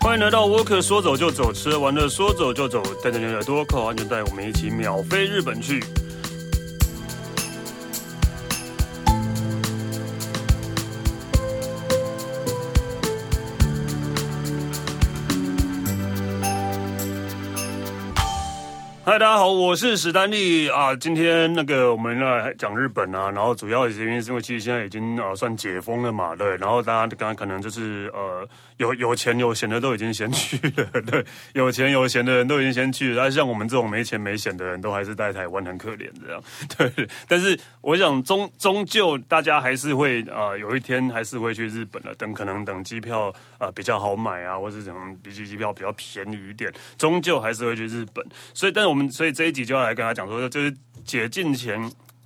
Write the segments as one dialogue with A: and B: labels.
A: 欢迎来到 Worker 说走就走，吃完了说走就走，带着你的耳朵扣好安全带，我们一起秒飞日本去。嗨，大家好，我是史丹利啊。今天那个我们来讲日本啊，然后主要也是因为是因为其实现在已经啊算解封了嘛，对。然后大家刚刚可能就是呃有有钱有闲的都已经先去了，对， 有钱有闲的人都已经先去了。但、啊、像我们这种没钱没闲的人都还是在台湾很可怜这样，对。但是我想终终究大家还是会啊、呃、有一天还是会去日本的，等可能等机票啊、呃、比较好买啊，或者可能比起机票比较便宜一点，终究还是会去日本。所以但是。我们所以这一集就要来跟他讲说，就是解禁前，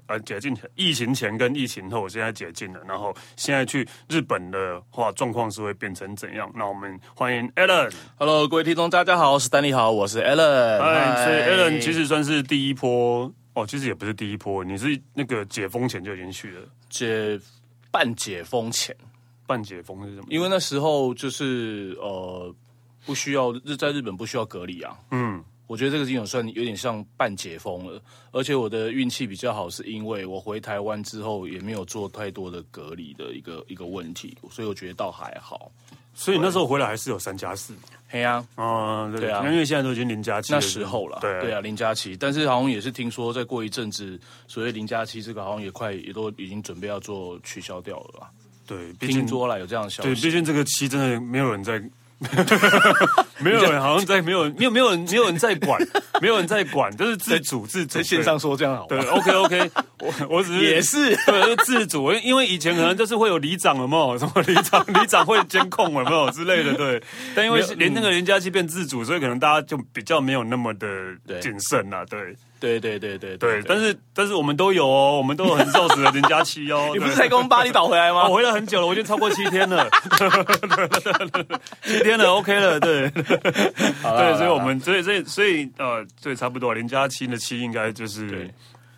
A: 呃，解禁前、疫情前跟疫情后，现在解禁了，然后现在去日本的话，状况是会变成怎样？那我们欢迎 Alan。
B: Hello，各位听众，大家好，我是丹尼好，我是 Alan。
A: 哎，所以 Alan 其实算是第一波哦，其实也不是第一波，你是那个解封前就已经去了，
B: 解半解封前，
A: 半解封是什么？
B: 因为那时候就是呃，不需要日在日本不需要隔离啊，嗯。我觉得这个已经有算有点像半解封了，而且我的运气比较好，是因为我回台湾之后也没有做太多的隔离的一个一个问题，所以我觉得倒还好。
A: 所以那时候回来还是有三加四。
B: 嘿呀、啊，
A: 嗯，对
B: 对啊
A: 因为现在都已经零加七
B: 那时候了，
A: 对
B: 对啊，零加七，但是好像也是听说再过一阵子，所谓零加七这个好像也快也都已经准备要做取消掉了吧？
A: 对，毕
B: 听
A: 竟
B: 说了有这样的消
A: 对，
B: 息，
A: 毕竟这个期真的没有人 在。没有人好像在没有没有没有人没有人在管， 没有人在管，就是自主自主
B: 在线上说这样好
A: 对
B: 吗，
A: 对，OK OK，我我只是
B: 也是
A: 对，就自主，因因为以前可能就是会有里长有没有什 么里长里长会监控有没有之类的，对。但因为
B: 没有嗯
A: 连那个人家去变自主，所以可能大家就比较没有那么的
B: 对
A: 谨慎啦，对
B: 对对对对
A: 对。但是但是我们都有哦，我们都有很受死的人家期哦。
B: 你不是
A: 对哦
B: 才刚巴厘岛回来吗
A: 我？回了很久了，我已经超过七天了， 七天了，OK 了，对，
B: 啦
A: 对，所以我们，所以，所以，所以，呃，对，差不多零加七的七应该就是
B: 对，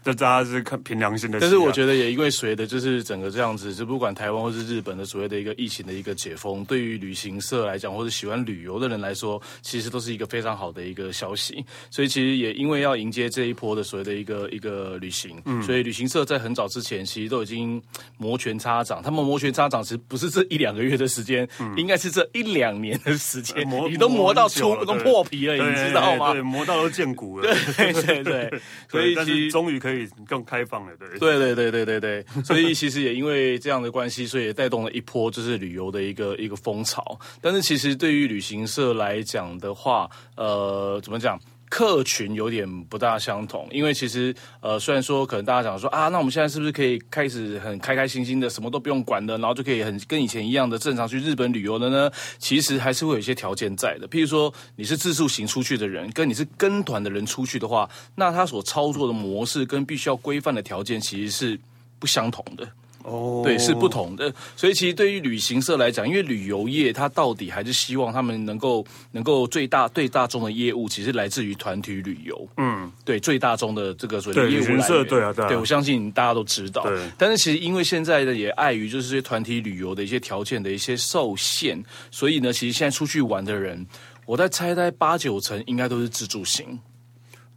A: 这大家是看凭良心的七啊，
B: 但是我觉
A: 得
B: 得也因为随着就是整个这样子，就不管台湾或是日本的所谓的一个疫情的一个解封，对于旅行社来讲，或者喜欢旅游的人来说，其实都是一个非常好的一个消息。所以其实也因为要迎接这一波的所谓的一个一个旅行，所以旅行社在很早之前其实都已经摩拳擦掌。他们摩拳擦掌其实不是这一两个月的时间，应该是这一两年的时间，
A: 磨
B: 你都磨到
A: 很久
B: 出
A: 了
B: 都
A: 对
B: 破皮了，你知道吗
A: 对，？磨到都见骨了，
B: 对对对，所
A: 对
B: 以
A: 但
B: 其实
A: 是终于可以更开放了，对，
B: 对对对对对对， 所以其实也因为这样的关系，所以也带动了一波就是旅游的一个一个风潮。但是其实对于旅行社来讲的话，呃，怎么讲？客群有点不大相同，因为其实呃，虽然说可能大家讲说啊，那我们现在是不是可以开始很开开心心的，什么都不用管的，然后就可以很跟以前一样的正常去日本旅游的呢？其实还是会有一些条件在的，譬如说你是自助型出去的人，跟你是跟团的人出去的话，那他所操作的模式跟必须要规范的条件其实是不相同的。
A: 哦
B: 对，是不同的。所以其实对于旅行社来讲，因为旅游业它到底还是希望他们能够能够最大最大宗的业务，其实来自于团体旅游。嗯，对，最大宗的这个所谓的
A: 对
B: 业务
A: 旅行社
B: 来源
A: 对啊对啊
B: 我相信大家都知道
A: 对。
B: 但是其实因为现在的也碍于就是这些团体旅游的一些条件的一些受限，所以呢，其实现在出去玩的人。我在猜，在八九成应该都是自助型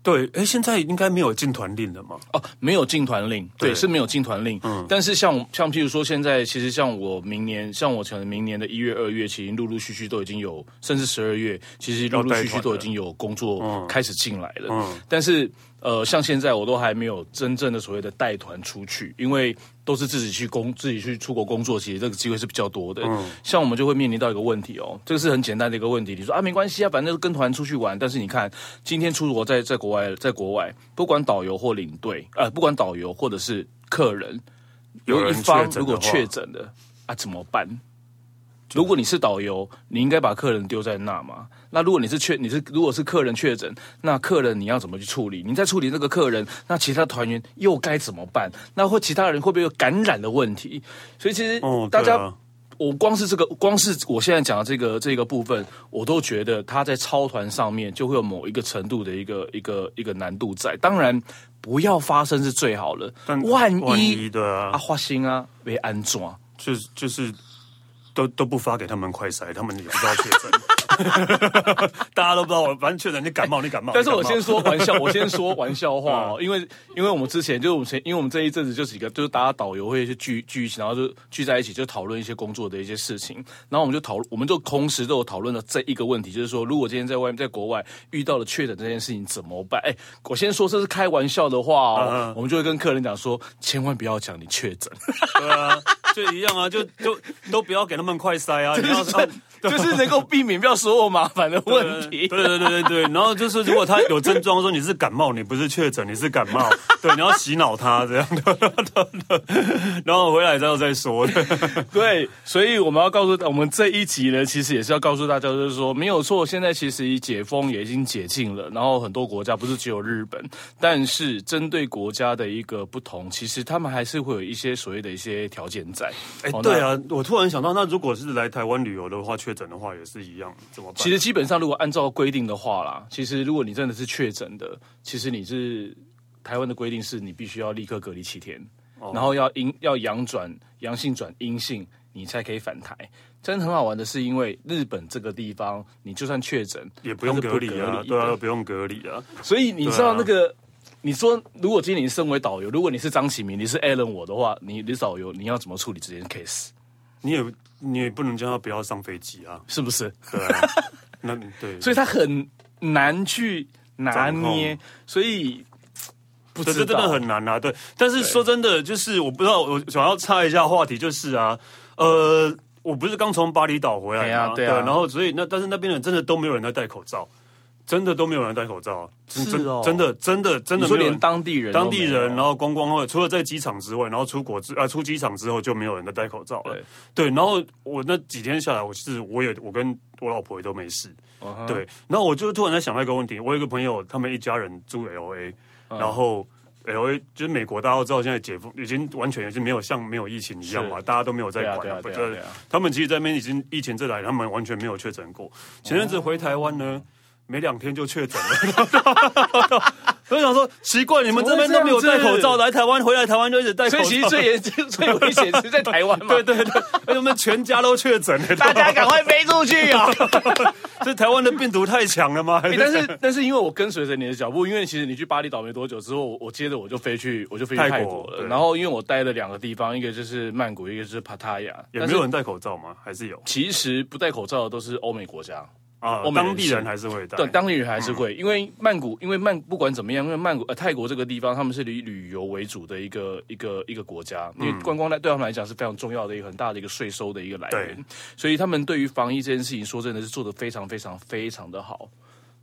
A: 对，哎，现在应该没有进团令了嘛，
B: 哦，没有进团令，对，
A: 对
B: 是没有进团令。但是像像譬如说，现在其实像我明年，像我可能明年的一月、二月，其实陆陆续续都已经有，甚至十二月，其实陆陆续续都已经有工
A: 嗯
B: 作开始进来了。但是呃，像现在我都还没有真正的所谓的带团出去，因为都是自己去工、自己去出国工作，其实这个机会是比较多的。
A: 嗯
B: 像我们就会面临到一个问题哦，这个是很简单的一个问题。你说啊，没关系啊，反正就跟团出去玩。但是你看，今天出国在在国外，在国外，不管导游或领队，呃，不管导游或者是客人，
A: 有
B: 有一
A: 人
B: 方
A: 确诊的
B: 如果
A: 话
B: 确诊了啊，怎么办？如果你是导游，你应该把客人丢在那嘛。那如果你是确你是如果是客人确诊，那客人你要怎么去处理？你在处理那个客人，那其他团员又该怎么办？那或其他人会不会有感染的问题？所以其实
A: 哦，
B: 大家、
A: 对啊
B: 我光是这个，光是我现在讲的这个这个部分，我都觉得它在超团上面就会有某一个程度的一个一个一个难度在。当然，不要发生是最好了
A: 但。
B: 万一
A: 万一对
B: 啊，
A: 啊，
B: 花心啊，被安装。
A: 就是就是都都不发给他们快筛，他们也不知道确诊， 大家都不知道，我反正确诊你感冒你感冒。
B: 但是
A: 你嗯
B: 我
A: 感冒
B: 先说玩笑，我先说玩笑 话哦，因为因为我们之前就是我们前，因为我们这一阵子就几个就是大家导游会去聚聚一起，然后就聚在一起就讨论一些工作的一些事情，然后我们就讨我们就同时都有讨论了这一个问题，就是说如果今天在外面在国外遇到了确诊这件事情怎么办？哎，我先说这是开玩笑的话
A: 嗯
B: 哦，我们就会跟客人讲说，千万不要讲你确诊，
A: 对啊，就一样啊，就就都不要给他们快筛啊，你要他们
B: 就是能够避免不要所有麻烦的问题。
A: 对对对对对，然后就是如果他有症状说你是感冒，你不是确诊，你是感冒，对，你要洗脑他这样的， 然后回来之后再说的。
B: 对，所以我们要告诉我们这一集呢，其实也是要告诉大家，就是说没有错，现在其实解封也已经解禁了，然后很多国家不是只有日本，但是针对国家的一个不同，其实他们还是会有一些所谓的一些条件在。
A: 哎
B: 哦，
A: 对，啊，我突然想到，那如果是来台湾旅游的话，确诊的话也是一样，怎么办？
B: 那其实基本上如果按照规定的话啦，其实如果你真的是确诊的，其实你是台湾的规定是你必须要立刻隔离七天，
A: 哦
B: 然后要阴要阳转阳性转阴性，你才可以返台。真的很好玩的是，因为日本这个地方，你就算确诊
A: 也不用
B: 它是
A: 隔离啊，
B: 的
A: 对啊，不啊用隔离啊。
B: 所以你知道那个，你说如果今天你身为导游，如果你是张启明，你是 Alan 我的话，你你是导游，你要怎么处理这件 case？
A: 你也你也不能叫他不要上飞机 啊，
B: 是不是？
A: 对啊，那对，
B: 所以他很难去拿捏
A: 掌控，
B: 所以不
A: 对，
B: 知
A: 这
B: 道
A: 真的很难啊。对，但是说真的，就是我不知道，我想要插一下话题，就是啊，呃，我不是刚从巴厘岛回来
B: 对啊
A: 吗？
B: 对啊
A: 然后所以那但是那边人真的都没有人在戴口罩，真的都没有人戴口罩，真
B: 是哦
A: 真的真的真
B: 你
A: 的
B: 说
A: 没有
B: 连
A: 人。
B: 当地人都
A: 当地
B: 没有哦
A: 人，然后观光后，除了在机场之外，然后出国之啊、出机场之后就没有人在戴口罩了。对，然后我那几天下来，我是我也我跟我老婆也都没事。
B: 嗯哼
A: 对，然后我就突然在想到一个问题，我有一个朋友，他们一家人住 L A，、然
B: 嗯
A: 后 L A 就是美国，大家都知道现在解封已经完全也是没有像没有疫情一样嘛，
B: 是
A: 大家都没有在管
B: 对啊
A: 不
B: 对啊
A: 就
B: 对啊对啊
A: 他们其实在那边已经疫情这来，他们完全没有确诊过。前阵子回台湾呢。没两天就确诊了， 所以想说奇怪，你们这边都没有戴口
B: 怎么
A: 罩，
B: 会
A: 来台湾回来台湾就一直戴口
B: 所以
A: 罩，
B: 其实最严最危险是在台湾嘛，
A: 对对对，而且我们全家都确诊了，
B: 大家赶快飞出去 啊！
A: 这台湾的病毒太强了吗？还
B: 欸但是但是因为我跟随着你的脚步，因为其实你去巴厘岛没多久之后，我我接着我就飞去我就飞去
A: 泰
B: 泰
A: 国
B: 国了。
A: 对
B: 然后因为我待了两个地方，一个就是曼谷，一个就是帕塔亚，
A: 也没有。人戴口罩吗？还是有？
B: 其实不戴口罩的都是欧美国家，
A: 啊
B: 欧，美人
A: 当地嗯人还是会戴。
B: 对，当地人还是会，因为曼谷，因为曼不管怎么样，因为曼谷呃泰国这个地方，他们是以旅游为主的一个一个一个国家，
A: 嗯
B: 因为观光来对他们来讲是非常重要的一个很大的一个税收的一个来
A: 对
B: 源，所以他们对于防疫这件事情，说真的是做的非常非常非常的好。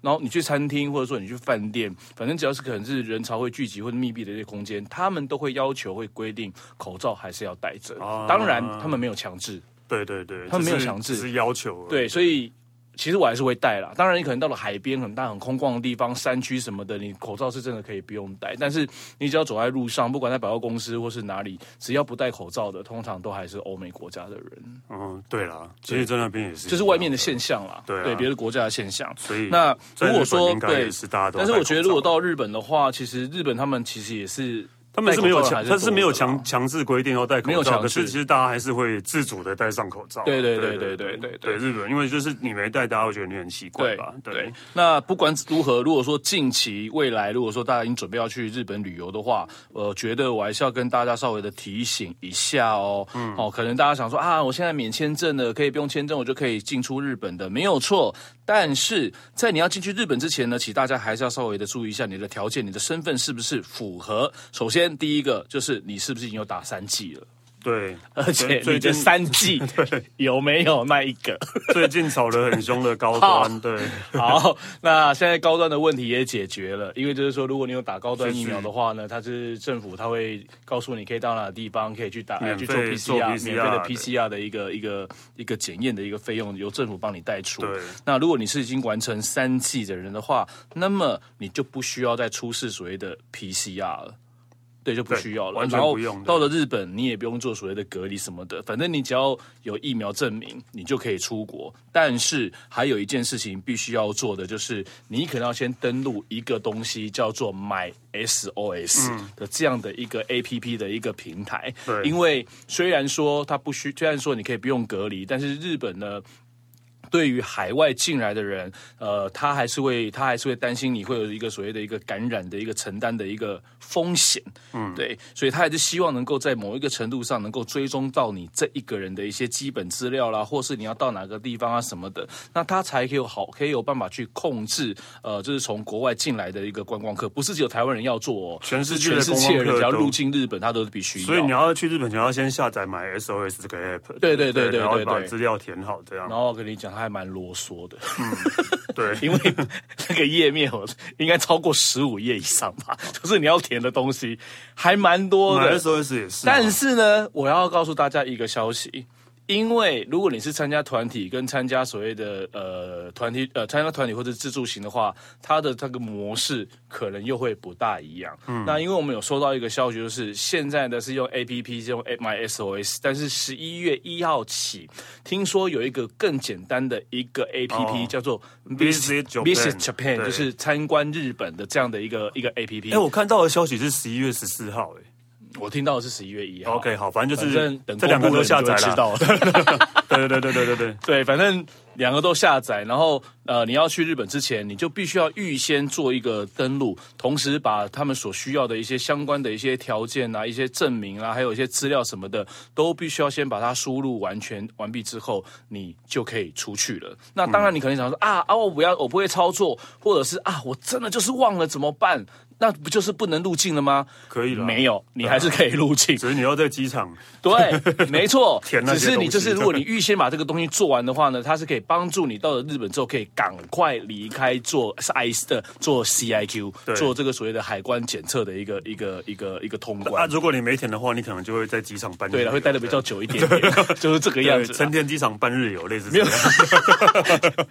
B: 然后你去餐厅，或者说你去饭店，反正只要是可能是人潮会聚集或者密闭的一些空间，他们都会要求会规定口罩还是要戴着。
A: 啊
B: 当然，他们没有强制，
A: 对对对，
B: 他们没有
A: 只是
B: 强制
A: 只是要求而已。
B: 对，所以其实我还是会戴啦。当然，你可能到了海边很大、很空旷的地方、山区什么的，你口罩是真的可以不用戴。但是你只要走在路上，不管在百货公司或是哪里，只要不戴口罩的，通常都还是欧美国家的人，
A: 嗯，对啦，其实在那边也是，
B: 这是外面的。现象啦。
A: 对啊
B: 别的国家的现象。
A: 所以
B: 那
A: 在日
B: 如果
A: 本
B: 说
A: 应该
B: 对
A: 也，是大家都戴口罩，
B: 但是我觉得如果到日本的话，其实日本他们其实也是
A: 他们是没有强，
B: 戴口罩的还
A: 他
B: 是
A: 是没有
B: 多的啦
A: 强强制规定要戴
B: 没有
A: 口
B: 强
A: 罩，
B: 制
A: 可是其实大家还是会自主的戴上口罩。啊
B: 对对对对对对
A: 对，日本因为就是你没戴，大家会觉得你很奇怪吧？对
B: 对，，那不管如何，如果说近期未来，如果说大家已经准备要去日本旅游的话，我觉得我还是要跟大家稍微的提醒一下哦。嗯，哦，可能大家想说啊，我现在免签证了，可以不用签证，我就可以进出日本的，没有错。但是在你要进去日本之前呢，请大家还是要稍微的注意一下你的条件，你的身份是不是符合。首先，第一个就是你是不是已经有打三剂了，
A: 对，
B: 而且
A: 最
B: 你的
A: 近
B: 三剂有没有那一个？
A: 最近吵得很凶的高
B: 好
A: 端，对，
B: 好，那现在高端的问题也解决了，因为就是说，如果你有打高端疫苗的话呢，它是政府它会告诉你可以到哪个地方可以去打，
A: 免
B: 去
A: 费
B: 做
A: 做
B: PCR，免
A: PCR
B: 费的
A: 对
B: PCR 的一个一个一个检验的一个费用由政府帮你代出。
A: 对
B: 那如果你是已经完成三剂的人的话，那么你就不需要再出示所谓的 PCR 了。对，就不需要了。
A: 完全
B: 然后
A: 不用对
B: 到了日本，你也不用做所谓的隔离什么的，反正你只要有疫苗证明，你就可以出国。但是还有一件事情必须要做的，就是你可能要先登录一个东西叫做 My SOS 的这样的一个 APP 的一个平台，
A: 对
B: 因为虽然说它不需，虽然说你可以不用隔离，但是日本呢，对于海外进来的人，呃，他还是会他还是会担心你会有一个所谓的一个感染的一个承担的一个风险，嗯，对，所以他还是希望能够在某一个程度上能够追踪到你这一个人的一些基本资料啦，或是你要到哪个地方啊什么的，那他才可以有好可以有办法去控制，呃，就是从国外进来的一个观光客，不是只有台湾人要做哦，
A: 全世界
B: 全
A: 的
B: 世
A: 观光
B: 界
A: 客
B: 人只要
A: 都
B: 入境日本，他都是必须要，
A: 所以你要去日本前要先下载买 SOS 这个 app，
B: 对对对对
A: 然后
B: 对
A: 把
B: 对
A: 资料填好这样
B: 然，后我跟你讲，他还蛮啰嗦的，
A: 对，
B: 因为那个页面我应该超过十五页以上吧，就是你要填的东西还蛮多
A: 买
B: 的。
A: SOS 也是啊嘛，
B: 但是呢，我要告诉大家一个消息，因为如果你是参加团体跟参加所谓的呃团体呃参加团体或者自助型的话，它的这个模式可能又会不大一样。
A: 嗯
B: 那因为我们有收到一个消息，就是现在的是用 A P P 用 My S O S，但是十一月一号起，听说有一个更简单的一个 A P P、
A: 哦
B: 叫做
A: Visit Japan，
B: Visit Japan，
A: 对
B: 就是参观日本的这样的一个一个 A P P。
A: 哎、我看到的消息是十一月十四号、
B: 我听到的是十一月一
A: 哎
B: 号。
A: ，OK，好，反正就
B: 反
A: 是
B: 正等
A: 这两个
B: 公
A: 都
B: 布了
A: 下
B: 你
A: 载
B: 就会知
A: 了，
B: 道了。
A: 对对对对对对
B: 对，反正两个都下载，然后呃，你要去日本之前，你就必须要预先做一个登录，同时把他们所需要的一些相关的一些条件啊、一些证明啊，还有一些资料什么的，都必须要先把它输入完全完毕之后，你就可以出去了。那当然，你可能想说、啊啊，我不要，我不会操作，或者是啊，我真的就是忘了怎么办？那不就是不能入境了吗？
A: 可以了
B: 没有，你还是可以入境。
A: 只是你要在机场，
B: 对，没错。
A: 填那
B: 只
A: 些
B: 是你
A: 东西
B: 就是，如果你预先把这个东西做完的话呢，它是可以帮助你到了日本之后，可以赶快离开做 ICE 的做 CIQ，
A: 对
B: 做这个所谓的海关检测的一个一个一个一个通
A: 啊，
B: 关。
A: 如果你没填的话，你可能就会在机场办日游，
B: 对了，会待的比较久一 点点，就是这个样
A: 对，
B: 子啊
A: 成
B: 啦。
A: 田机场办日游，类似这 样，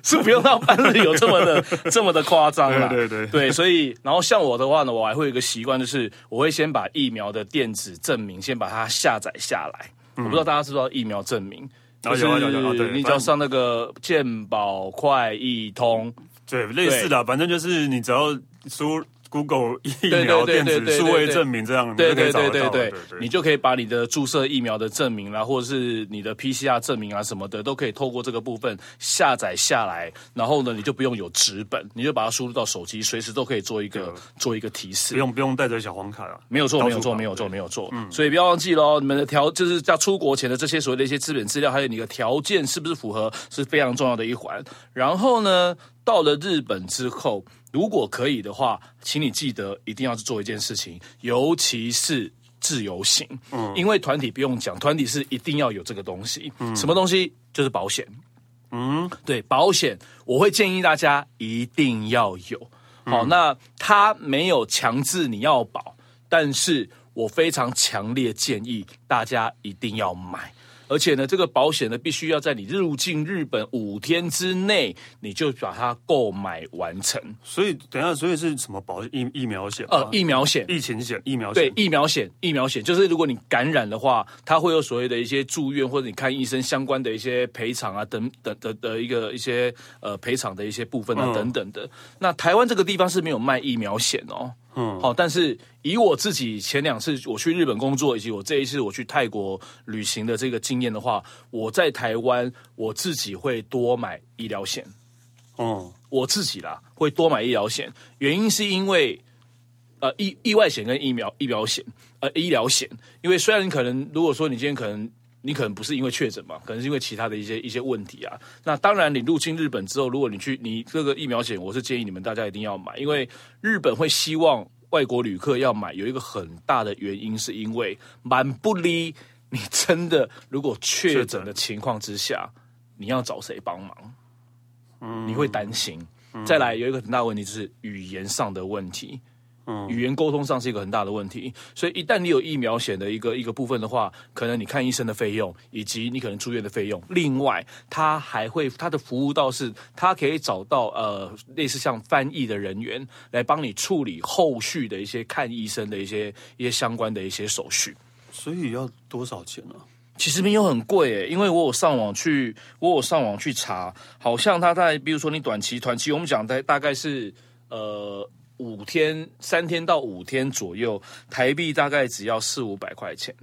B: 是不用到半日有这 么的这么的夸张啦。
A: 对对对
B: 对，所以然后像我的话呢，我还会有一个习惯，就是我会先把疫苗的电子证明先把它下载下来。我不知道大家知不知道疫苗证明。
A: 啊
B: 就是
A: 嗯有啊有有有对
B: 你只要上那个健保快易通，
A: 对，类似的啊，反正就是你只要输 Google 疫苗
B: 对对对
A: 电
B: 对
A: 子
B: 对
A: 数位
B: 对
A: 证明这样，你
B: 对
A: 就可
B: 对
A: 以找
B: 对
A: 得
B: 对
A: 到
B: 对
A: 了，
B: 你就可以把你的注射疫苗的证明啦，或者是你的 PCR 证明啊什么的，都可以透过这个部分下载下来，然后呢，你就不用有纸本，你就把它输入到手机，随时都可以做一个做一个提示
A: 不。用不用带着小黄卡了，
B: 没有错，
A: 到处
B: 没有错，
A: 跑嗯
B: 没有错，没有错。所以不要忘记喽，你们的条就是在出国前的这些所谓的一些资本资料，还有你的条件是不是符合，是非常重要的一环。然后呢，到了日本之后，如果可以的话，请你记得一定要去做一件事情，尤其是。自由行，嗯，因为团体不用讲，团体是一定要有这个东西，
A: 嗯
B: 什么东西就是保险，对保险，我会建议大家一定要有。好、那他没有强制你要保，但是我非常强烈建议大家一定要买。而且呢，这个保险呢，必须要在你入境日本五天之内，你就把它购买完成。
A: 所以等一下，所以是什么保疫疫苗险
B: 呃
A: 吗，
B: 疫苗险
A: 疫情险、疫苗
B: 对
A: 险，
B: 疫苗险，疫苗险就是如果你感染的话，它会有所谓的一些住院或者你看医生相关的一些赔偿啊，等等的的一个一些呃赔偿的一些部分啊、等等的。那台湾这个地方是没有卖疫苗险哦。嗯，好，但是以我自己前两次我去日本工作，以及我这一次我去泰国旅行的这个经验的话，我在台湾我自己会多买医疗险。
A: 嗯，
B: 我自己啦会多买医疗险，原因是因为呃意意外险跟疫苗疫苗险呃医疗险，因为虽然你可能如果说你今天可能。你可能不是因为确诊嘛，可能是因为其他的一些一些问题啊。那当然，你入境日本之后，如果你去你这个疫苗险，我是建议你们大家一定要买，因为日本会希望外国旅客要买，有一个很大的原因是因为蛮不离你真的如果确诊的情况之下，你要找谁帮忙？你会担心。再来有一个很大的问题就是语言上的问题，语言沟通上是一个很大的问题。所以一旦你有疫苗险的一个一个部分的话，可能你看医生的费用，以及你可能住院的费用。另外，他还会他的服务到是，他可以找到呃类似像翻译的人员来帮你处理后续的一些看医生的一些一些相关的一些手续。
A: 所以要多少钱呢、啊？
B: 其实没有很贵诶，因为我有上网去，我有上网去查，好像它在比如说你短期、短期，我们讲在大概是呃五天、三天到五天左右，台币大概只要四五百块钱，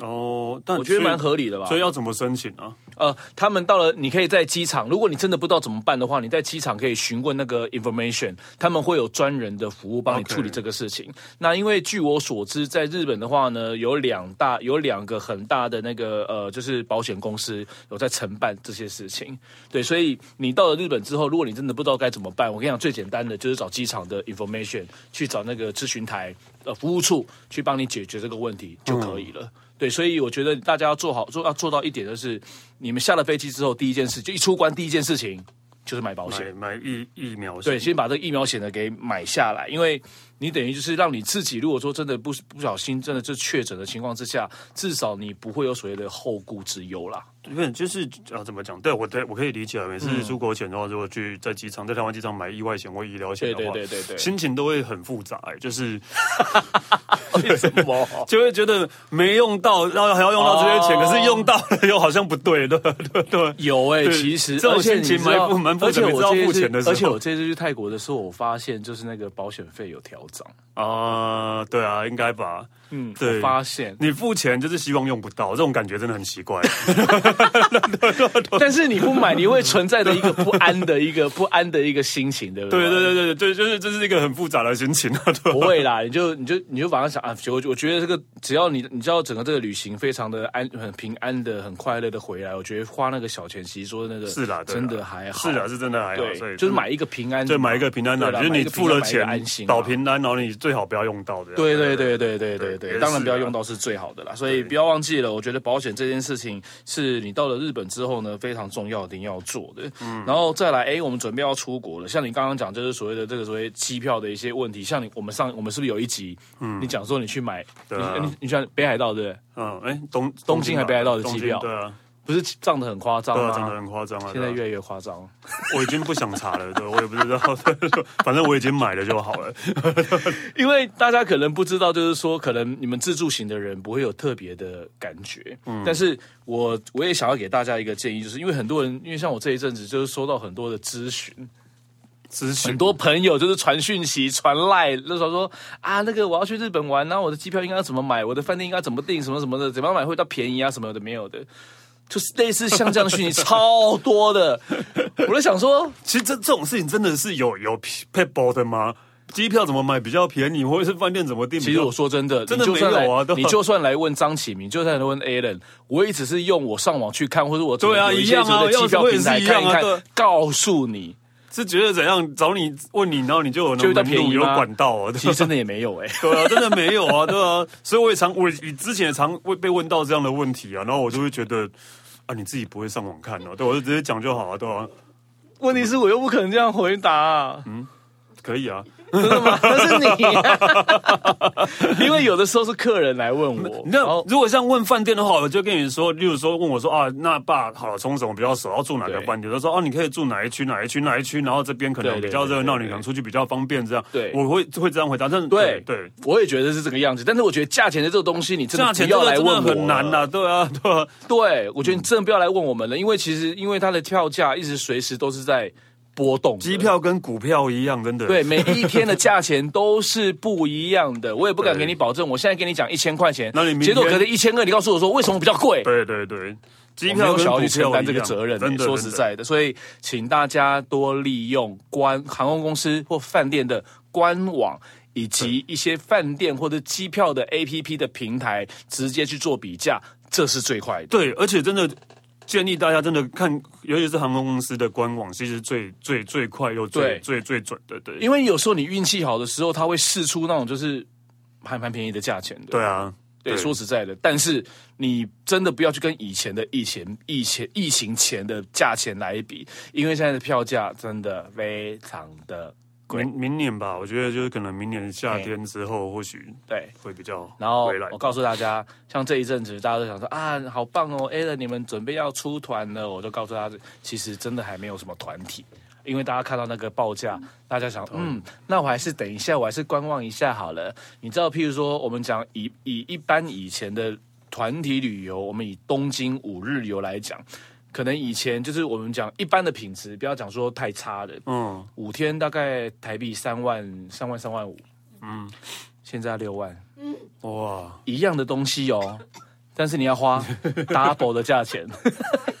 A: 哦，但
B: 我觉得蛮
A: 理
B: 合理的吧。
A: 所以要怎么申请啊？
B: 呃，他们到了，你可以在机场，如果你真的不知道怎么办的话，你在机场可以询问那个 information，他们会有专人的服务帮你
A: OK
B: 处理这个事情。那因为据我所知，在日本的话呢，有两大有两个很大的那个呃，就是保险公司有在承办这些事情。对，所以你到了日本之后，如果你真的不知道该怎么办，我跟你讲，最简单的就是找机场的 information，去找那个咨询台呃服务处去帮你解决这个问题就可以了。对，所以我觉得大家要做好做要做到一点，就是你们下了飞机之后，第一件事就一出关，第一件事情就是买保险。
A: 买买疫疫苗
B: 对，
A: 险，
B: 先把这个疫苗险的给买下来，因为你等于就是让你自己，如果说真的不不小心真的就确诊的情况之下，至少你不会有所谓的后顾之忧啦。
A: 对，不是就是啊，怎么讲？对我对我可以理解啊。每
B: 嗯
A: 次出国前的话，如果去在机场，在台湾机场买意外险或医疗险
B: 对
A: 的
B: 对
A: 话，
B: 对对对，
A: 心情都会很复杂、欸，就是
B: 为什么？
A: 就会觉得没用到，然后还要用到这些钱，
B: 哦
A: 可是用到了 又好像不对，对对对。
B: 有哎、
A: 对
B: 其实
A: 这种
B: 而且
A: 心情
B: 你知道
A: 蛮不蛮不
B: 而且
A: 准备
B: 我
A: 知道
B: 这一
A: 付
B: 次
A: 钱的时候
B: 而且我这次去泰国的时候，我发现就是那个保险费有调涨。
A: 啊、对啊，应该吧。
B: 嗯，
A: 对，
B: 我发现
A: 你付钱就是希望用不到，这种感觉真的很奇 怪。
B: 但是你不买，你会存在的一个不安的一个不安的一个心情，对不
A: 对
B: 对
A: 对对对对，就是这是一个很复杂的心情啊。对
B: 不会啦，你就你就你就马上想啊，我我觉得这个只要你你知道整个这个旅行非常的安很平安的很快乐的回来，我觉得花那个小钱其实说真的
A: 是啦，对啦
B: 真的还好，
A: 是啦，是真的还好。所
B: 对，
A: 以
B: 就是买一个平安的
A: 对
B: 嘛，
A: 买一个平安的，
B: 对
A: 就
B: 啦
A: 是你付了钱
B: 买一个平安买一个安心嘛啊
A: 保平安，然后你最好不要用到的。
B: 对对对对对对
A: 也是
B: 对，
A: 啊
B: 当然不要用到是最好的啦。所以不要忘记了，我觉得保险这件事情是你到了日本之后呢非常重要，一定要做的。
A: 嗯
B: 然后再来，哎，我们准备要出国了，像你刚刚讲，就是所谓的这个所谓机票的一些问题，像你我们上我们是不是有一集，你讲说你去买，
A: 嗯对啊
B: 你你你讲北海道对不对？
A: 嗯，哎，东
B: 东京还
A: 吧
B: 北海道的机
A: 东京
B: 票
A: 对啊，
B: 不是涨得很夸张
A: 对啊，涨得
B: 吗？
A: 很夸张啊。
B: 现
A: 对
B: 在
A: 啊
B: 越来越夸张。
A: 我已经不想查了，对我也不知道， 反正我已经买了就好了。
B: 因为大家可能不知道，就是说，可能你们自助型的人不会有特别的感觉。但是我我也想要给大家一个建议，就是因为很多人，因为像我这一阵子就是收到很多的咨询，
A: 咨询
B: 很多朋友就是传讯息、传赖，那时候说啊，那个我要去日本玩，然后我的机票应该要怎么买，我的饭店应该怎么订，什么什么的，怎么样买会到便宜啊，什么有的没有的。就是类似像这样的讯息超多的，我就想说，
A: 其实这这种事情真的是有有 p a p l 的吗？机票怎么买比较便宜，或者是饭店怎么订比较？
B: 其实我说真的，
A: 真的
B: 你就算来
A: 没有啊对吧
B: 你就算来问张启明，就算来问 Alan，我也只是用我上网去看，或者我
A: 对啊
B: 有一
A: 一
B: 些
A: 样啊
B: 所谓的机票平
A: 要
B: 台
A: 是我也是
B: 看
A: 一
B: 一
A: 样啊
B: 看
A: 对，
B: 告诉你，
A: 是觉得怎样找你问你，然后你就有
B: 就
A: 那
B: 比较
A: 个
B: 便宜
A: 有
B: 吗
A: 管道哦、
B: 其
A: 对
B: 实
A: 吧
B: 真的 也没有哎、
A: 对啊，真的没有啊，对啊，所以我也常我以之前也常会被问到这样的问题啊，然后我就会觉得啊，你自己不会上网看哦、对，我就直接讲就好啊，对啊，
B: 问题是我又不可能这样回答、
A: 可以啊，
B: 真的吗？嗯 那是你、因为有的时候是客人来问我，
A: 那
B: 然后
A: 如果像问饭店的话，我就跟你说，例如说问我说啊，那爸好了，冲绳我比较熟，要住哪个
B: 对
A: 饭店？他说哦、你可以住哪一区哪一区哪一区，然后这边可能
B: 对对
A: 比较热闹，
B: 对对对
A: 你可能出去比较方便，这样。
B: 对
A: 我会会这样回答，但
B: 对
A: 对，
B: 我也觉得是这个样子，但是我觉得价钱的这个东西，你真
A: 价
B: 的
A: 钱
B: 不
A: 这
B: 要
A: 个
B: 来
A: 真
B: 问我
A: 的很难
B: 了
A: 呐、对啊，对啊，
B: 对，我觉得你真的不要来问我们了，因为其实因为它的票价一直随时都是在波动的，
A: 机票跟股票一样，真的。
B: 对，每一天的价钱都是不一样的，我也不敢给你保证。我现在跟你讲一千块钱，
A: 那你明天
B: 结果可能一千二，你告诉我说为什么比较贵？
A: 对对对，机
B: 我没
A: 票
B: 有
A: 跟
B: 想
A: 股
B: 要
A: 票
B: 去承担
A: 一
B: 这个
A: 样
B: 责任、欸
A: 真的
B: 说实，在的，所以请大家多利用官航空公司或饭店的官网。以及一些饭店或者机票的 A P P 的平台，直接去做比价，这是最快的。
A: 真的对，而且真的。建议大家真的看，尤其是航空公司的官网，其实最最最快又最
B: 对
A: 最最准的，对，
B: 因为有时候你运气好的时候，它会试出那种就是还蛮便宜的价钱的。
A: 对啊，
B: 对，说实在的，但是你真的不要去跟以前的疫情、疫情、疫情前的价钱来比，因为现在的票价真的非常的贵
A: 明明年吧，我觉得就是可能明年夏天之后，或许
B: 对。
A: 会比较
B: 然后
A: 回来
B: 我告诉大家，像这一阵子大家都想说啊，好棒哦 a l a n 你们准备要出团了，我就告诉大家，其实真的还没有什么团体。因为大家看到那个报价，大家想，嗯，那我还是等一下，我还是观望一下好了。你知道，譬如说，我们讲以以一般以前的团体旅游，我们以东京五日游来讲，可能以前就是我们讲一般的品质，不要讲说太差的，
A: 嗯，
B: 五天大概台币三万、三万、三万五，嗯
A: 嗯，
B: 现在六万，
A: 哇，
B: 一样的东西哦， 但是你要 花 double 的价钱，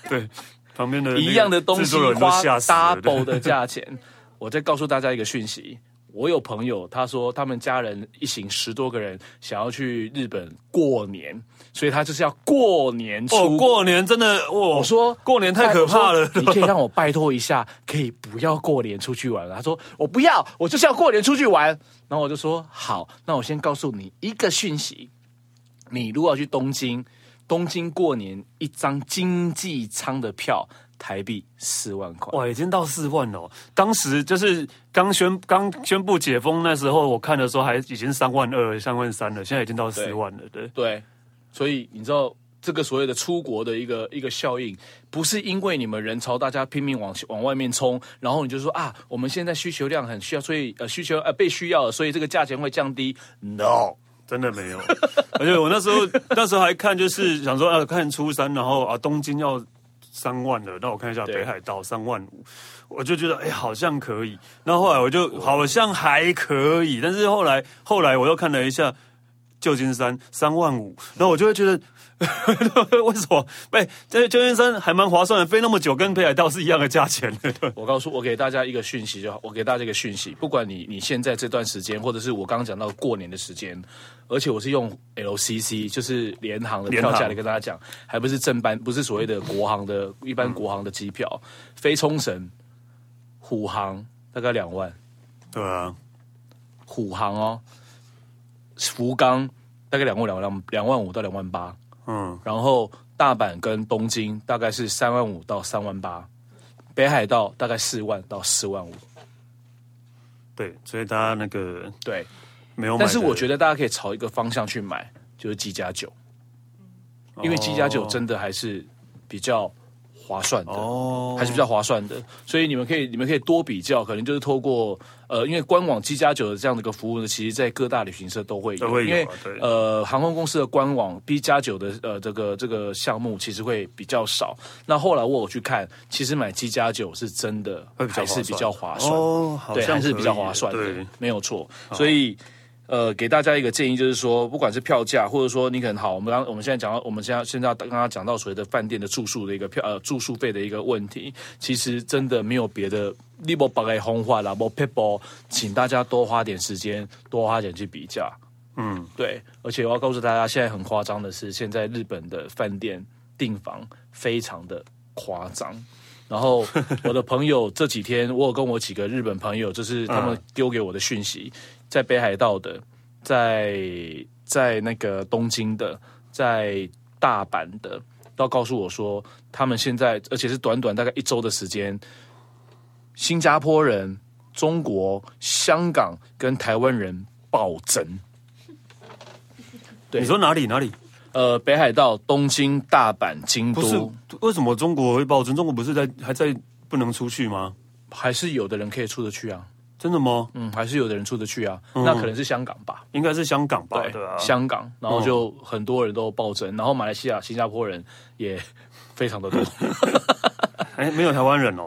A: 对，旁边的那个
B: 一样的东
A: 制
B: 西
A: 作人都
B: 花
A: 吓死了哦
B: double 的价钱。 我再告诉大家一个讯息，我有朋友他说他们家人一行十多个人想要去日本过年，所以他就是要过年出
A: 哦，
B: 国
A: 过年真的哇，我
B: 我说
A: 过年太可怕了
B: 我，说你可以让我拜托一下，可以不要过年出去玩啊了。他说我不要，我就是要过年出去玩。然后我就说好，那我先告诉你一个讯息，你如果要去东京，东京过年一张经济舱的票台币四万块。
A: 哇，已经到四万了哦。当时就是刚宣刚宣布解封那时候，我看的时候还已经三万二、三万三了，现在已经到四万了。对，
B: 对，所以你知道这个所谓的出国的一个一个效应，不是因为你们人潮大家拼命往往外面冲，然后你就说啊，我们现在需求量很需要，所以呃需求呃被需要了，所以这个价钱会降低。No，
A: 真的 没有。而且我那时候那时候还看，就是想说啊，看初三，然后啊，东京要三万了，那我看一下
B: 对
A: 北海道三万五，我就觉得哎、好像可以。那后来我就好像还可以，但是后来后来我又看了一下。旧金山三万五，然后我就会觉得， 为什么？哎、这旧金山还蛮划算的，飞那么久跟北海道是一样的价钱的。对
B: 我告诉我给大家一个讯息就好，我给大家一个讯息，不管你你现在这段时间，或者是我刚刚讲到过年的时间，而且我是用 LCC，就是联航的票价
A: 联航
B: 来跟大家讲，还不是正班，不是所谓的国航的一般国航的机票，飞冲绳、虎航大概两万，
A: 对啊，
B: 虎航哦，福冈大概两万两万两万五到两万八，
A: 嗯，
B: 然后大阪跟东京大概是三万五到三万八，北海道大概四万到四万五，
A: 对，所以大家那个
B: 对。
A: 没有买的，
B: 但是我觉得大家可以朝一个方向去买，就是机加酒，
A: 得
B: 因为机加酒真的还是比较划算的。
A: 哦，
B: 还是比较划算的，所以你们可以你们可以多比较，可能就是透过呃，因为官网机加酒的这样的一个服务呢，其实在各大旅行社都会有，
A: 都会有
B: 因为
A: 啊对
B: 呃，航空公司的官网 B 加酒的呃这个这个项目其实会比较少。那后来我有去看，其实买机加酒是真的
A: 会比较
B: 还是比较划算的
A: 哦，好
B: 对，
A: 像
B: 还是比较划
A: 可以
B: 算的
A: 对，，
B: 没有错。所以，呃，给大家一个建议，就是说，不管是票价，或者说你可能好，我们刚我们现在讲到，我们现在现在刚刚讲到所谓的饭店的住宿的一个票呃住宿费的一个问题，其实真的没有别的。你不把给轰坏了，不 people，请大家多花点时间，多花点去比价。
A: 嗯，
B: 对，而且我要告诉大家，现在很夸张的是，现在日本的饭店订房非常的夸张。然后我的朋友这几天，我有跟我几个日本朋友，就是他们丢给我的讯息，在北海道的，在在那个东京的，在大阪的，都告诉我说，他们现在而且是短短大概一周的时间，新加坡人、中国、香港跟台湾人暴增。对
A: 你说哪里哪里？
B: 呃，北海道、东京、大阪、京
A: 不是
B: 都，
A: 为什么中国会暴增？中国不是在还在不能出去吗？
B: 还是有的人可以出得去啊。
A: 真的吗？
B: 嗯，还是有的人出得去啊。
A: 嗯
B: 那可能是香港吧，
A: 应该是香港吧？对啊，
B: 香港，然后就很多人都暴增，然后马来西亚、新加坡人也 非常的多，
A: 哎，没有台湾人哦。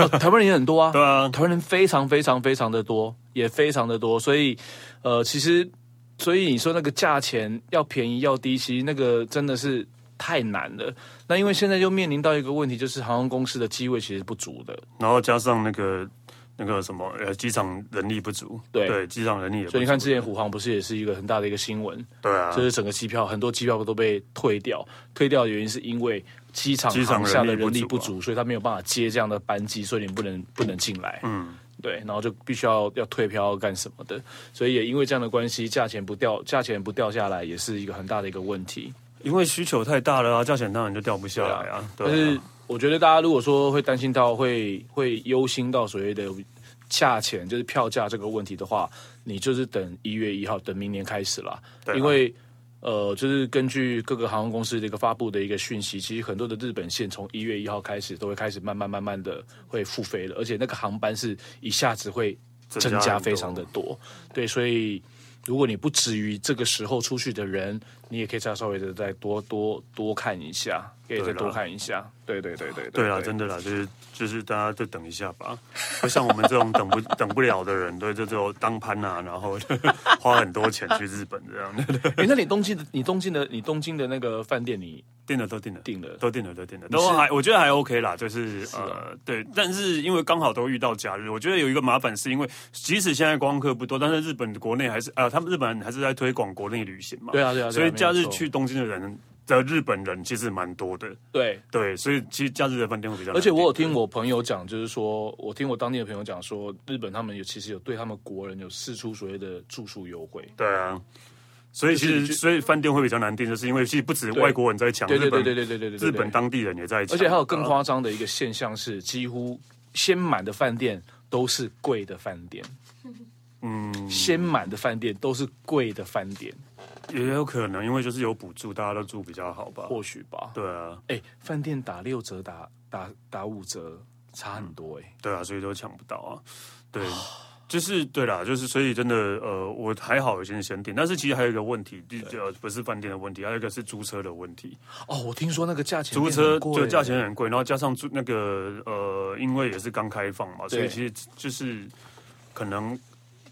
B: 哦台湾人也很多啊。
A: 对啊，
B: 台湾人非常非常非常的多，也非常的多，所以呃，其实所以你说那个价钱要便宜要低，其实那个真的是太难了。那因为现在又面临到一个问题，就是航空公司的机位其实不足的，
A: 然后加上那个那个什么呃，机场人力不足，
B: 对
A: 机场人力也不足。
B: 所以你看之前虎航不是也是一个很大的一个新闻，
A: 对啊，
B: 就是整个机票很多机票都被退掉，退掉的原因是因为机场
A: 机场
B: 航下的
A: 人力不
B: 人力
A: 足
B: 不
A: 啊
B: 足，所以他没有办法接这样的班机，所以你不能不能进来。
A: 嗯，
B: 对，然后就必须要要退票要干什么的，所以也因为这样的关系，价钱不掉，价钱不掉下来，也是一个很大的一个问题。
A: 因为需求太大了啊，价钱当然就掉不下来啊。对
B: 但是我觉得大家如果说会担心到会会忧心到所谓的价钱，就是票价这个问题的话，你就是等一月一号，等明年开始啦。
A: 对啊
B: 因为呃，就是根据各个航空公司的一个发布的一个讯息，其实很多的日本线从一月一号开始都会开始慢慢慢慢的会复飞了，而且那个航班是一下子会
A: 增加
B: 增
A: 很
B: 加
A: 多
B: 非常的多。对，所以如果你不止于这个时候出去的人，你也可以再稍微的再多多多看一下，可以再
A: 对啦
B: 多看一下。对对对对
A: 对啦，啊真的啦，就是就是大家就等一下吧，不像我们这种等不等不了的人，对，就只有当潘啊，然后花很多钱去日本这样， 对对
B: 哎、那你东京的，你东京的，你东京的那个饭店你
A: 订了都订了。
B: 订了？
A: 都定了，都定了，
B: 是哦
A: 都还我觉得还 OK 啦，就是呃，对，但是因为刚好都遇到假日，我觉得有一个麻烦是因为，即使现在观光客不多，但是日本国内还是呃，他们日本还是在推广国内旅行嘛，
B: 对啊对啊对啊
A: 所以假
B: 没
A: 日
B: 错
A: 去东京的人的日本人其实蛮多的，
B: 对，
A: 对，所以其实假日的饭店会比较难
B: 而
A: 订，
B: 且我有听我朋友讲，就是说我听我当地的朋友讲说，日本他们有其实有对他们国人有试出所谓的住宿优惠。
A: 对啊，所以其
B: 就是你
A: 实
B: 去
A: 所以饭店会比较难订，就是因为其实不止
B: 对
A: 外国人在抢，
B: 对对
A: 日
B: 对
A: 本
B: 对对对对对对，
A: 日本当地人也在抢，
B: 而且还有更
A: 呃
B: 夸张的一个现象是，几乎先满的饭店都是贵的饭店。嗯，先满的饭店都是贵的饭店，
A: 也有可能因为就是有补助，大家都住比较好吧，
B: 或许吧。
A: 对啊，
B: 哎，饭店打六折、打打打五折，差很多哎、
A: 对啊，所以都抢不到啊，对。
B: 哦
A: 就是对啦，就是所以真的，呃，我还好有些先订，但是其实还有一个问题，就呃不是饭店的问题，还有一个是租车的问题。
B: 哦，我听说那个价钱
A: 租
B: 变
A: 车
B: 很贵欸
A: 就价钱很贵，然后加上租那个呃，因为也是刚开放嘛，所以
B: 对
A: 其实就是可能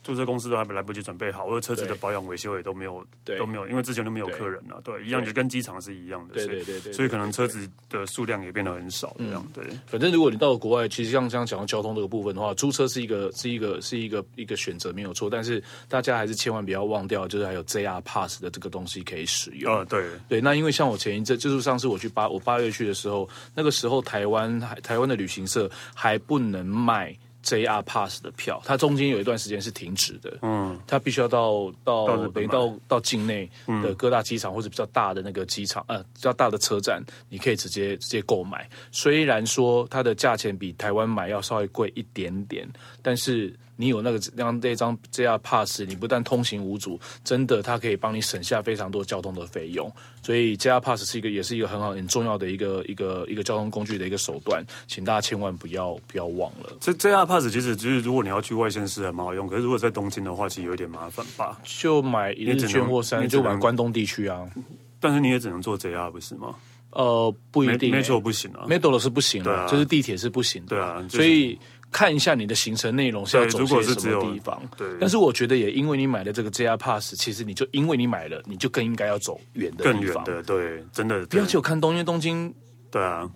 A: 租车公司都还来不及准备好，而车子的
B: 对
A: 保养维修也都没有
B: 对
A: 都没有，因为之前都没有
B: 对
A: 客人了，对，一样
B: 对
A: 就跟机场是一样的，
B: 对
A: 所以
B: 对对对对嗯
A: 所以可能车子的数量也变得很少，这样对。
B: 反正如果你到了国外，其实像这样讲到交通这个部分的话，租车是一个是一个是一个一个选择没有错，但是大家还是千万不要忘掉，就是还有 JR Pass 的这个东西可以使用。
A: 呃，对，
B: 对，那因为像我前一阵，就是上次我去八，我八月去的时候，那个时候台湾还台湾的旅行社还不能卖 JR Pass 的票，它中间有一段时间是停止的，嗯，它必须要到
A: 到日
B: 到
A: 本
B: 等于
A: 买嗯
B: 到到境内的各大机场、或者比较大的那个机场，呃，比较大的车站，你可以直接直接购买。虽然说它的价钱比台湾买要稍微贵一点点，但是你有那个让这张 JR Pass，你不但通行无阻，真的它可以帮你省下非常多交通的费用。所以 JR Pass 是一个也是一个很好很重要的一个一个一个交通工具的一个手段，请大家千万不要不要忘了。
A: 这 JR Pass 其实就是如果你要去外县市还蛮好用，可是如果在东京的话，其实有点麻烦吧。
B: 就买一日
A: 只能
B: 券或三，
A: 你只能
B: 就买关东地区啊。
A: 但是你也只能坐 JR 不是吗？
B: 呃，不一定、欸。
A: 没错不行啊。
B: m e t o 是不行的、
A: 对啊
B: 就是地铁是不行的。
A: 对啊就是
B: 所以看一下你的行程内容是要
A: 对
B: 走
A: 如果
B: 些
A: 是
B: 什
A: 只有
B: 么地方。
A: 对
B: 但是我觉得也因为你买了这个 JR Pass，其实你就因为你买了，你就更应该要走远的
A: 更
B: 地
A: 远
B: 方。
A: 的，对，真的
B: 不要只有看东，因为东京
A: 对啊，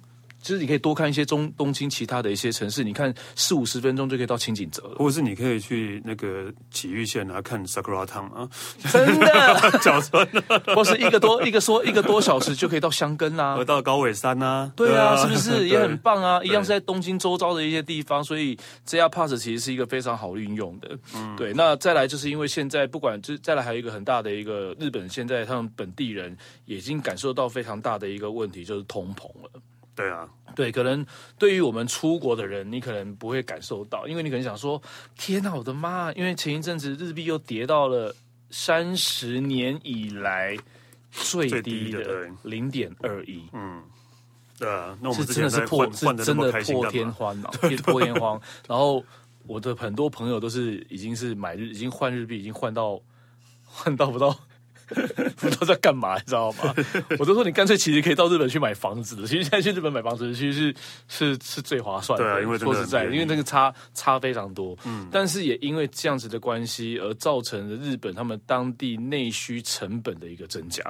B: 就是你可以多看一些中东京其他的一些城市，你看四五十分钟就可以到青井泽 了。
A: 或者是你可以去那个埼玉县啊，看 Sakura Town 啊，
B: 真的，
A: 小村
B: 或是一个多一个说一个多小时就可以到箱根啊啦、
A: 河到高尾山啊，
B: 对啊，是不是也很
A: 对
B: 棒啊？一样是在东京周遭的一些地方，所以 JR Pass 其实是一个非常好运用的。嗯，对。那再来就是因为现在不管就是再来还有一个很大的一个日本现在他们本地人已经感受到非常大的一个问题就是通膨了。
A: 对啊，
B: 对，可能对于我们出国的人，你可能不会感受到，因为你可能想说：“天哪，我的妈！”因为前一阵子日币又跌到了三十年以来最
A: 最
B: 低
A: 低的
B: 的零点二一，
A: 对啊，那我
B: 是
A: 们之
B: 真
A: 前
B: 的是
A: 在
B: 破
A: 换，
B: 是
A: 换的那
B: 真
A: 么
B: 的
A: 开心
B: 破
A: 干
B: 天
A: 嘛？
B: 荒啊，破天荒。然后我的很多朋友都是已经是买日，已经换日币，已经换到换到不到。 不知道在干嘛，你知道吗？我都说你干脆其实可以到日本去买房子的。其实现在去日本买房子，其实是是是最划算的。
A: 对啊因为真的
B: 说实在，
A: 很便宜
B: 因为那个差差非常多。嗯，但是也因为这样子的关系，而造成了日本他们当地内需成本的一个增加。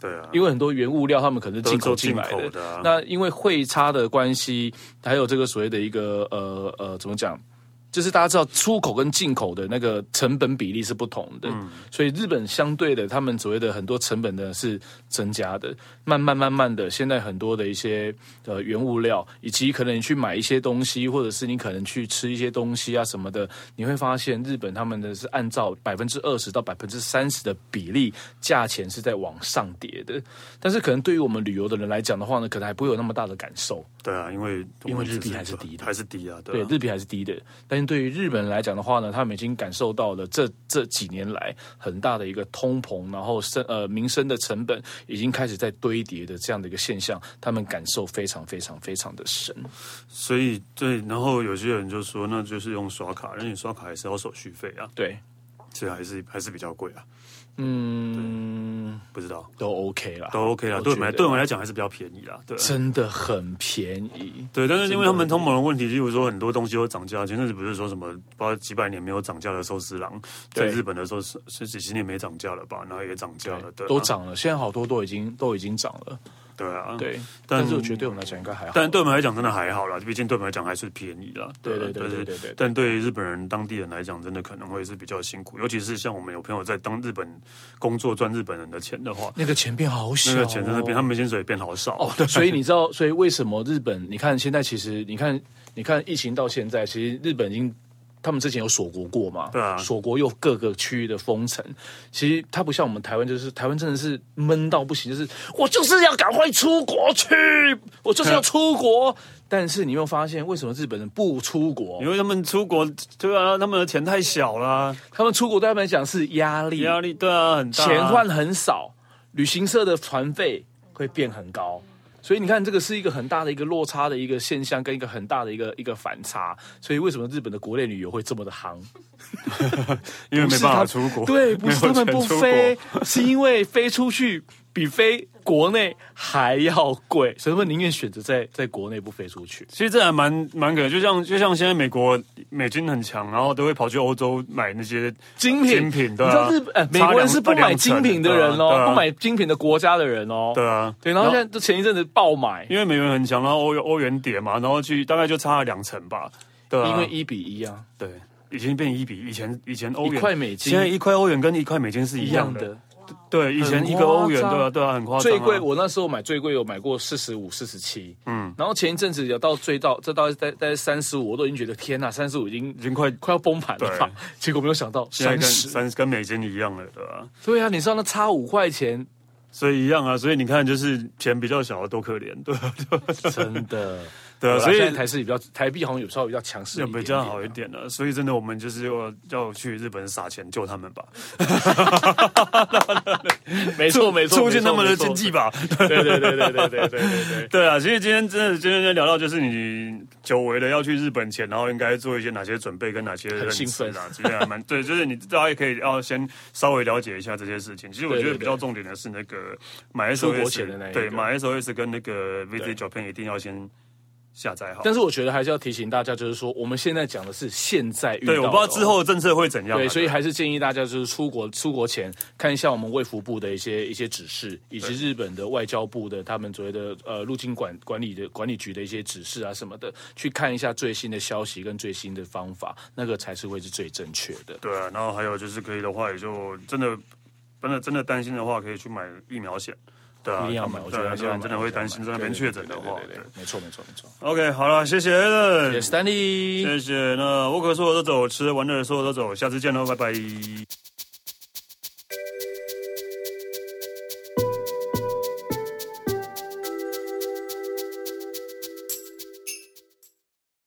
A: 对啊，
B: 因为很多原物料他们可能是进
A: 都
B: 口
A: 是
B: 进
A: 进
B: 来的，
A: 口的啊
B: 那因为汇差的关系，还有这个所谓的一个呃呃怎么讲？就是大家知道出口跟进口的那个成本比例是不同的，所以日本相对的，他们所谓的很多成本呢是增加的。慢慢慢慢的，现在很多的一些呃原物料，以及可能你去买一些东西，或者是你可能去吃一些东西啊什么的，你会发现日本他们的是按照百分之二十到百分之三十的比例，价钱是在往上叠的。但是可能对于我们旅游的人来讲的话呢，可能还不会有那么大的感受。
A: 对啊，因为我们
B: 因为日币
A: 只
B: 还是低的
A: 还是低啊，
B: 对
A: 对，啊，
B: 日币还是低的，但现对于日本人来讲的话呢，他们已经感受到了这这几年来很大的一个通膨，然后生呃民生的成本已经开始在堆叠的这样的一个现象，他们感受非常非常非常的深。
A: 所以对，然后有些人就说，那就是用刷卡，那你刷卡还是要手续费啊，
B: 对，
A: 其实还是还是比较贵啊，
B: 嗯，
A: 不知道
B: 都 OK 啦，
A: 都 OK 啦，
B: 啊我
A: 对我
B: 觉
A: 们来
B: 得
A: 对我们来讲还是比较便宜啦，对啊。
B: 真的很便宜。
A: 对，但是因为他们通膨的问题，例如说很多东西都涨价。前阵子不是说什么，不知道几百年没有涨价的寿司郎，在
B: 对
A: 日本的时候是是几十年没涨价了吧？然后也涨价了，对啊，
B: 都涨了，现在好多都已经都已经涨了，
A: 对啊，
B: 对。
A: 但
B: 但是我觉得对我们来讲应该还好。
A: 但对我们来讲真的还好啦，毕竟对我们来讲还是便宜啦。啊
B: 对对对
A: 但是
B: 对对对对
A: 但对日本人当地人来讲，真的可能会是比较辛苦，尤其是像我们有朋友在当日本工作赚日本人的钱的话，
B: 那个钱变好小、哦，
A: 那个钱真的变，他们薪水也变好少。
B: 哦，对， 所以你知道，所以为什么日本？你看现在其实，你看，你看疫情到现在，其实日本已经。他们之前有锁国过嘛？
A: 对啊
B: 锁国又各个区域的封城，其实它不像我们台湾，就是台湾真的是闷到不行，就是我就是要赶快出国去，我就是要出国。但是你有没有发现，为什么日本人不出国？
A: 因为他们出国，对啊，他们的钱太小啦，
B: 他们出国对他们来讲是压力，
A: 压力对啊很大啊。
B: 钱换很少，旅行社的团费会变很高。所以你看，这个是一个很大的一个落差的一个现象，跟一个很大的一个一个反差。所以为什么日本的国内旅游会这么的夯？
A: 因为没办法出国，
B: 对，不是他 们
A: 没有
B: 不
A: 钱出国
B: 飞，是因为飞出去比飞国内还要贵，所以他们宁愿选择在在国内不飞出去。
A: 其实这还蛮蛮可能，就像就像现在美国美金很强，然后都会跑去欧洲买那些
B: 精品，
A: 精品对啊
B: 你知道日本、呃、美
A: 差
B: 国人
A: 两
B: 是不买精品的人
A: 对啊对
B: 哦，
A: 啊
B: 不买精品的国家的人哦。
A: 对啊，
B: 对，然后现在就前一阵子爆买，
A: 因为美元很强，然后欧元欧元跌嘛，然后去大概就差了两成吧，对啊，
B: 因为一比一啊。
A: 对已经变一比以前以前欧元
B: 一块美金
A: 现在一块欧元跟一块美金是一
B: 一
A: 样
B: 样
A: 的，
B: 的，
A: 对，以前一个欧元
B: 很夸张
A: 对啊对啊很夸张、啊，
B: 最贵我那时候买最贵有买过四十五、四十七，嗯，然后前一阵子有到最到这到在在三十五，我都已经觉得天呐，三十五已经
A: 已经快
B: 快要崩盘了吧？结果没有想到
A: 现在
B: 三
A: 跟
B: 十，
A: 三跟美金一样了，对啊，
B: 对啊，你知道那差五块钱，
A: 所以一样啊，所以你看就是钱比较小的多可怜，对啊对啊
B: 真 的，
A: 对啊，
B: 所
A: 所
B: 以
A: 以
B: 现在台式比较台币好像有稍微比较强势一
A: 这
B: 点点，啊
A: 比较好一点了，所以真的我们就是要要去日本撒钱救他们吧，
B: 没错没错，
A: 促进
B: 没错
A: 他们的
B: 没错
A: 经济吧。
B: 对对对对对对对对对。
A: 对啊，其实今天真的今天聊到就是你久违了要去日本前，然后应该做一些哪些准备跟哪些认
B: 兴
A: 识
B: 奋
A: 啊，其实还蛮对，就是你大家可以要先稍微了解一下这些事情。其实我觉
B: 对
A: 得
B: 对
A: 比较重点的是那个买
B: 出国
A: SOS
B: 前的那一个
A: 对买 SOS 跟那个 VZ
B: 对
A: Japan 一定要先下载好。
B: 但是我觉得还是要提醒大家，就是说我们现在讲的是现在遇到
A: 对，
B: 的哦，
A: 我不知道之后的政策会怎样啊。
B: 对，所以还是建议大家就是出国出国前看一下我们卫福部的一些一些指示，以及日本的外交部的他们所谓的呃入境管管理的管理局的一些指示啊什么的，去看一下最新的消息跟最新的方法，那个才是会是最正确的。
A: 对啊，然后还有就是可以的话，也就真的真的真的担心的话，可以去买疫苗险。对啊，
B: 一定要买，
A: 他
B: 我
A: 们
B: 觉
A: 对
B: 得
A: 啊，
B: 还是
A: 不
B: 要
A: 然
B: 买
A: 真的会担心在那边确诊的话。嗯
B: 对对对对对对没错没错没错。
A: 对 OK，好了，谢谢 a l
B: Yes，Stanley，
A: 谢谢。那我可说的都走，吃玩的说的都走，下次见喽，拜拜。